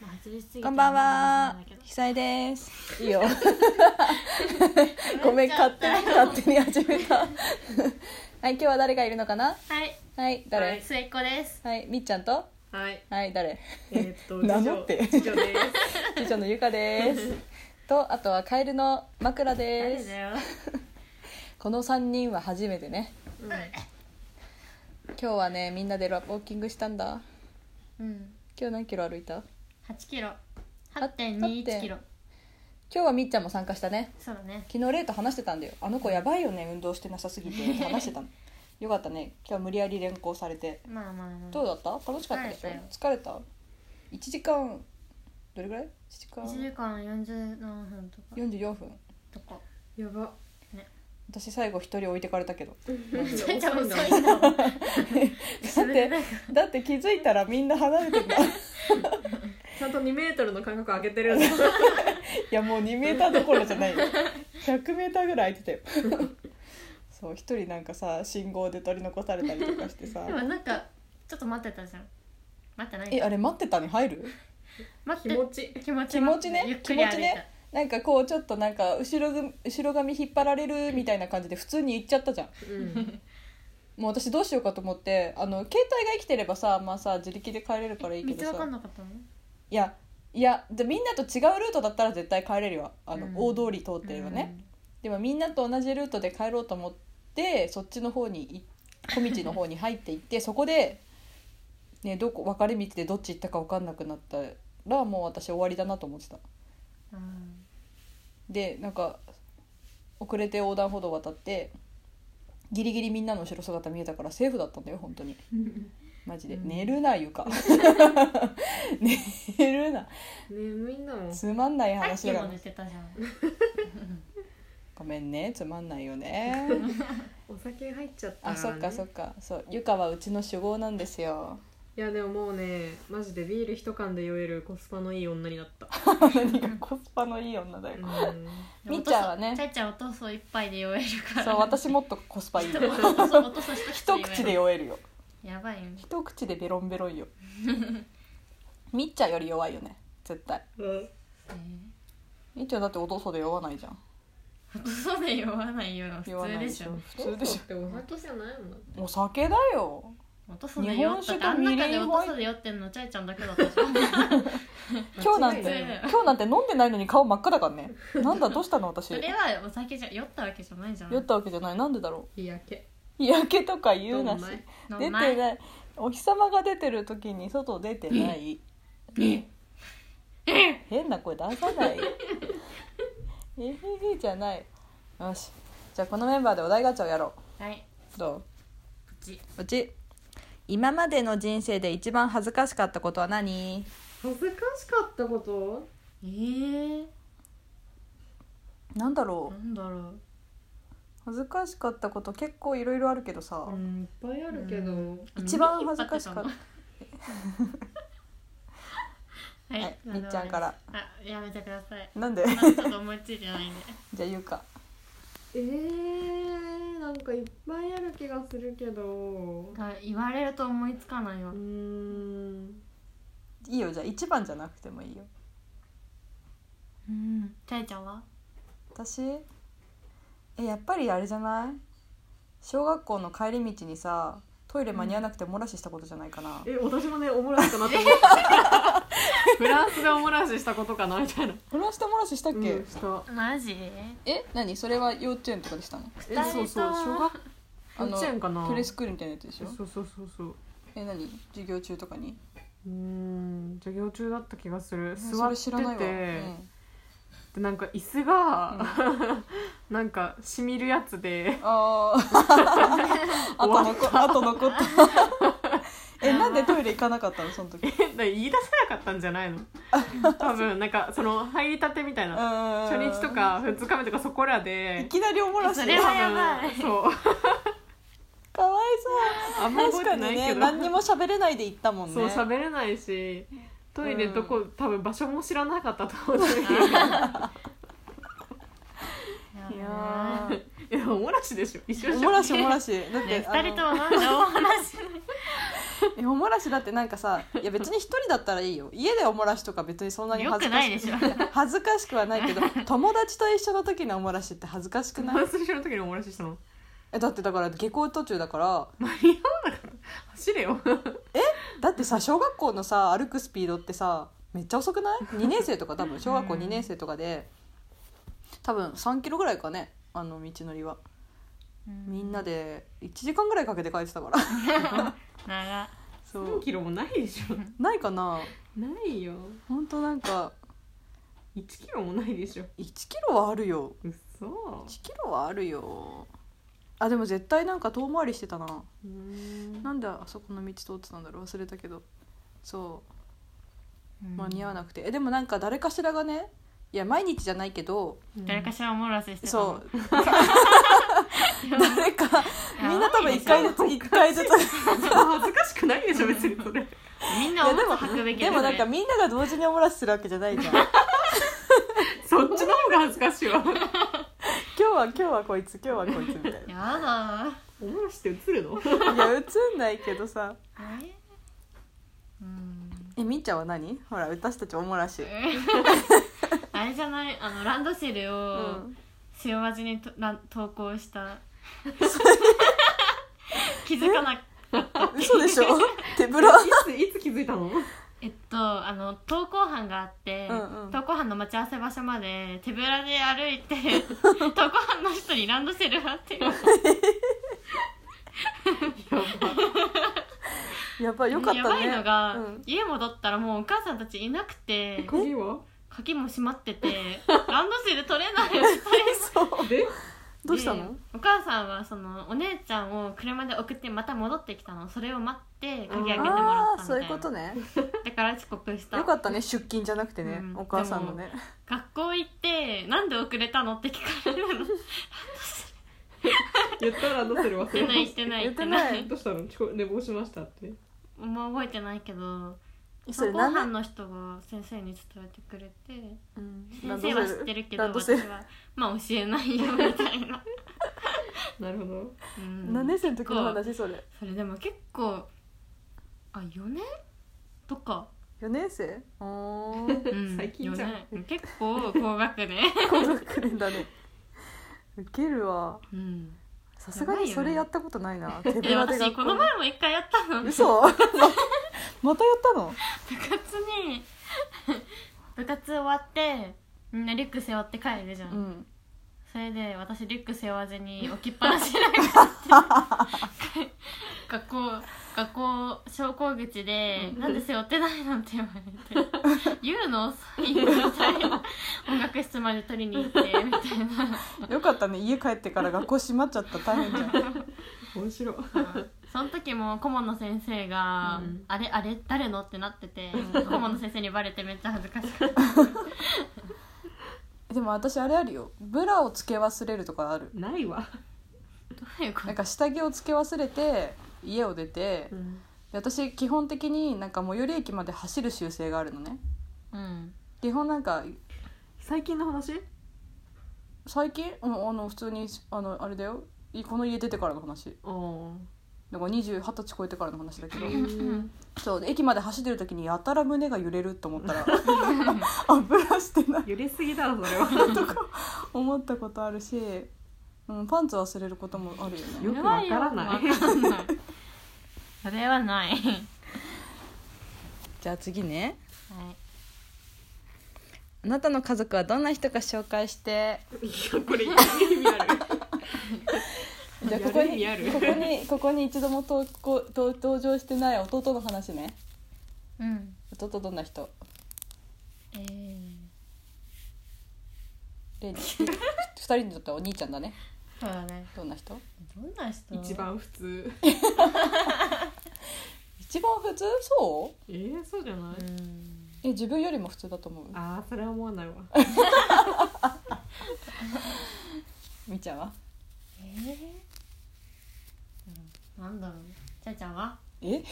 まあ外れすぎてこんばんはもう忘れたんだけど。久井です。いいよ。ごめん、勝手に、勝手に始めた。はい、今日は誰がいるのかな。はい。はい、は誰い。末っ子です。はい、みっちゃんと。はい。はい、誰。えーっ と、名乗って次女次女でみっちゃんのゆかです。と、あとはカエルの枕で誰すだ。よ。この三人は初めてね。す。今日はね、みんなでラウォーキングしたんだ。うん。今日何キロ歩いた。八キロ。八点二一キロ。今日はみっちゃんも参加したね。そうだね。昨日レイと話してたんだよ。あの子やばいよね、運動してなさすぎて、話してたの。 よかったね、今日無理やり連行されて。まあまあまあ。どうだった楽しかったでしょ疲れ疲れた一時間どれぐらい一時間一時間四十何分とか。 44分とか。やば。私最後一人置いてかれ たけどめちゃめちゃ遅遅いいなな。だだってだって気づいたらみんな離れて たいちゃんと2メートルの間隔空けてるんだ。やもう2メーターどころじゃないよ100メーターぐらい空いてたよ そう一人なんかさ信号で取り残されたりとかしてさでもなんかちょっと待ってたじゃん。待ってないえ。あれ待ってたに入る待気っ持て。ち。気持ち気持ちねゆっくり歩い気持ちねた。なんかこうちょっとなんか後ろぐ後ろ髪引っ張られるみたいな感じで普通に行っちゃったじゃんうん。もう私どうしようかと思ってあの携帯が生きてればさまあさ自力で帰れるからいいけ道どわかんさなかったの？いやいやでみんなと違うルートだったら絶対帰れるよあの、うん大通り通ってればね、でもみんなと同じルートで帰ろうと思ってそっちの方にい小道の方に入っていってそこで、ね、どこ分かれ道でどっち行ったか分かんなくなったらもう私終わりだなと思ってたうん。うん。でなんか遅れて横断歩道渡ってギリギリみんなの後ろ姿見えたからセーフだったんだよ本当にマジで、うん寝るなゆ か寝るな眠いんだもん。つまんないさっ話きだかもら寝てたじゃん。ごめんねつまんないよね お酒入っちゃったあそっかそっっかそうゆかはうちの酒豪なんですよいやでももうねマジでビール一缶で酔えるコスパのいい女になった 何がコスパのいい女だよう、んみっちゃんはねちゃいちゃんおとそ一杯で酔えるからそう私もっとコスパい いよおとそおとそ一口一口で酔えるよやばいよね一口でベロンベロ ンよみっちゃんより弱いよね絶対みっちゃんだってお父さんで酔わないじゃんおとそで酔わないような普酔わな通いでしょ普通でしょお酒じゃないもんだょお酒だよおとそで酔ったってあん中でおとそで酔ってんのちゃいちゃんだけだったじゃん今日なん間て違いない今日なんて飲んでないのに顔真っ赤だからねなんだどうしたの私それはお酒じゃ酔ったわけじゃないじゃん酔ったわけじゃないなんでだろ日焼けう日焼けとか言うなしど飲んまい出てまないないお日様が出てる時に外出てない変な声出さないえへへじゃないよしじゃあこのメンバーでお題ガチャをやろはい、うどこっちううち今までの人生で一番恥ずかしかったことは何恥ずかしかったことえー、なんだろなうんだろ恥ずかしかったこと結構いろいろあるけどさ、うんいっぱいあるけどうんう一番恥ずかしかった耳引っ張うははいい、みっちゃんからあやめてくださいなんで まだちょっと思いついてないんで じゃあ言うかえー、なんかいっぱいある気がするけどが言われると思いつかないわうーんいいよじゃあ一番じゃなくてもいいようんちゃいちゃんは私えやっぱりあれじゃない小学校の帰り道にさトイレ間に合わなくて漏らししたことじゃないかな、え私もねおもらしかなって思った フランスでおもらししたことかなみたいな漏らした漏らししたっけ、うんしたマジえ何それは幼稚園とかでしたのえ二人とそうそう小学あの幼稚園かなプレスクールみたいなやつでしょそうそうそうそうえ何授業中とかにうーん授業中だった気がするえ座っててそれ知らないわ、でなんか椅子が、 なんかしみるやつで あーあと残あと残ったえなんでトイレ行かなかったのその時だから言い出せなかったんじ ゃないの多分なんかその入りたてみたいな初初日とか2日目とかそこらいできなりお漏らしそれはやばい多分そうかわいあんまそう確覚えかてないにけねど、何にも喋れないで行ったもんねそう喋れないしトイレどこ、多分場所も知らなかったと思うしいやーいやおもらしでしょ一緒おじもゃんらしおもらしだってね、あの 二人ともなんでお話えおもらしだってなんかさいや別に一人だったらいいよ家でおもらしとか別にそんなによ恥くずなかいでしくしょ恥ずかしくはないけど友達と一緒の時のおもらしって恥ずかしく ない男子の時におもらししたのえだってだから下校途中だから走れよだってさ小学校のさ歩くスピードってさめっちゃ遅くない ?2 年生とか多分小学校うん2年生とかで多分3キロぐらいかねあの道のりはみんなで1時間ぐらいかけて帰ってたから 長そ3うキロもないでしょないかなないよほんとなんか1キロもないでしょ1キロはあるようそ1キロはあるよあでも絶対なんか遠回りしてたななんであそこの道通ってたんだろう忘れたけどそう間に合わなくくてえでもなんか誰かしらがねいや毎日じゃないけど誰かしらおもらせしてたそのう 誰かいやみんな多分一回 ずつ一回ずつ恥ずかしくないでしょ別にそれみんいなやおむでつ履くべもきだでよもなんかみんなが同時におもらしするわけじゃない じゃん今そっちの方が恥ずかしいわ日は今日はこいつ今日はこいつみたいやだおもらしって映るのないや映んないけどさえうんえみっちゃんは何ほら私たちおもらし、あれじゃないあのランドセルうをん、塩味にとらん投稿した 気づかな嘘で しょ手ぶらいついつ気づいたのえっとあの登校班があって、うんうん登校班の待ち合わせ場所まで手ぶらで歩い て登校班の人にランドセル貼ってよやばいよかったねやばいのが、うん家戻ったらもうお母さんたちいなくて鍵は鍵も閉まってて ランドセル取れないみたいそうでどうしたでのお母さんはそのお姉ちゃんを車で送ってまた戻ってきたのそれを待って鍵開けてもらっああたーみそたういいうなことねだから遅刻したよかったね出勤じゃなくてね、うんお母さんのね学校行ってなんで遅れたのって聞かれる の言ったらどうする忘言れってないましない言っしてて言っなていたどうしたの遅刻寝坊しましたってあんま覚えてないけどそれ後何半の人が先生に伝えてくれてうんラン先生ドセルは知ってるけどランド私セルはまあ教えないよみたい な、なるほどうん何年生の時の話それそれでも結構あ4年と か、 4年生うおーん、最近じゃん四年結構高学 年、高学年だねウケるわうん、さすがにそれやったこと ないな手ぶえらで私学この校前も一回やったの 嘘ままたやったの 部活に 部活終わってみんなリュック背負って帰るじゃん、うんそれで私リュック背負わずに置きっぱなしなん かって学校学校昇降口で「なんで背負ってないの?」って言わ れて「言うの遅いよ」みたいな音楽室まで取りに行ってみたいなよかったね家帰ってから学校閉まっちゃった大変じゃ ん面白いその時も顧問の先生が「うんあれあれ誰の?」ってなってて顧問の先生にバレてめっちゃ恥ずかしかったでも私あれあるよブラをつけ忘れるとかあるないわどういうこなんとか下着をつけ忘れて家を出てうんで私基本的になんか最寄り駅まで走る習性があるのねうん基本なんか最近の話最近、うん、あの普通にあのあれだよいこの家出てからの話ああだから20 20歳超えてからの話だけどんそうで駅まで走ってる時にやたら胸が揺れると思 ったらあブラしてない揺れすぎだろ それは思ったことあるし、うん、パンツ忘れることもあるよねよくわからないそれはよくわかんない それはないじゃあ次ねはいあなたの家族はどんな人か紹介していやこれやる意味ある じゃあここやるにやるここにここに一度も登校登登場してない弟の話ねうん弟どんな人えーレイ二人にとってはお兄ちゃんだねそうだねどんな人どんな人一番普通一番普通そうえー、そうじゃない、うんえ自分よりも普通だと思うああそれは思わないわみーちゃんはえーうんなんだろうちゃちゃんはえ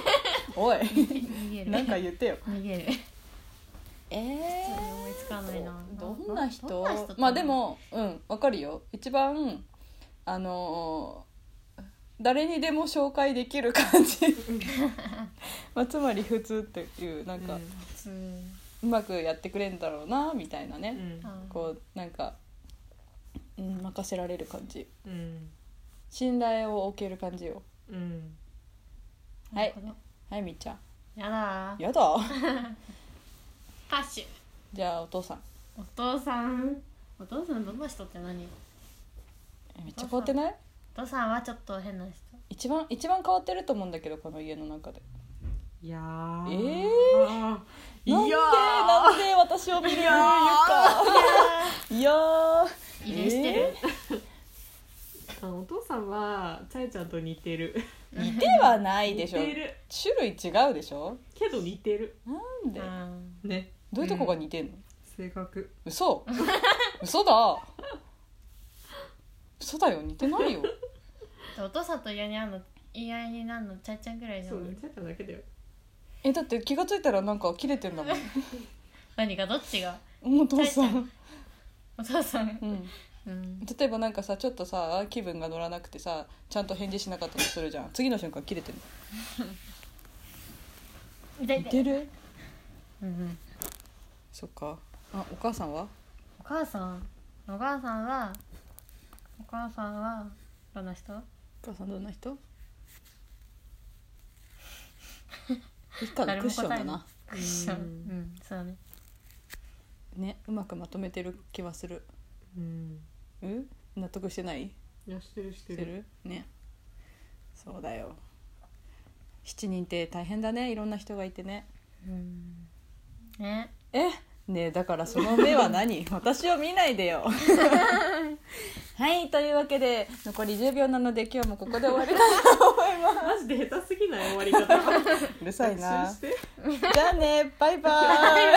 おい逃げるなんか言ってよ逃げるえちょっと思いつかないなどんな人どんな人まあでもうんわかるよ一番あのー誰にでも紹介できる感 じまあつまり普通っていうなんか、うまくやってくれんだろうなみたいなね、こうなんか、うん、任せられる感じうん信頼を置ける感じようんうはいはいみっちゃんやだやだパッシュじゃあお父さんお父さんお父さんどんな人って何おえめっちゃ変わってない父さんはちょっと変な人一番一番変わってると思うんだけどこの家の中でいやーえいやなんでーなんで私を見るいゆやかいやー依頼してる、あお父さんはちゃえちゃんと似てるえー似てはないでしょ似てる種類違うでしょけど似てるなんでうんねどういうとこが似てんの、性格嘘嘘だ嘘だよ似てないよでお父さんと嫌に会うの嫌いになるのちゃいちゃんぐらいじゃそうんちゃえちゃんだけだよえだって気がついたらなんか切れてんだも何かどっちがんお父さちゃん、お父さんうん、うん例えばなんかさちょっとさ気分が乗らなくてさちゃんと返事しなかったとするじゃん次の瞬間切れてる痛い似痛いてるうんうんそっかあお母さんはお母さんお母さんはお母さんはどんな人お母さんどんな 人一家の誰クッもション答えだなクッション ううんんそうだねねうまくまとめてる気はするうんうん納得してないいやしてるししててるるねそうだよ7人って大変だねいろんな人がいてねうんねえねえだからその目は 何私を見ないで よはいというわけで残り10秒なので今日もここで終 わりかなマ ジで下手すぎない終わり方うるさいな学習してじゃあねバイバーイ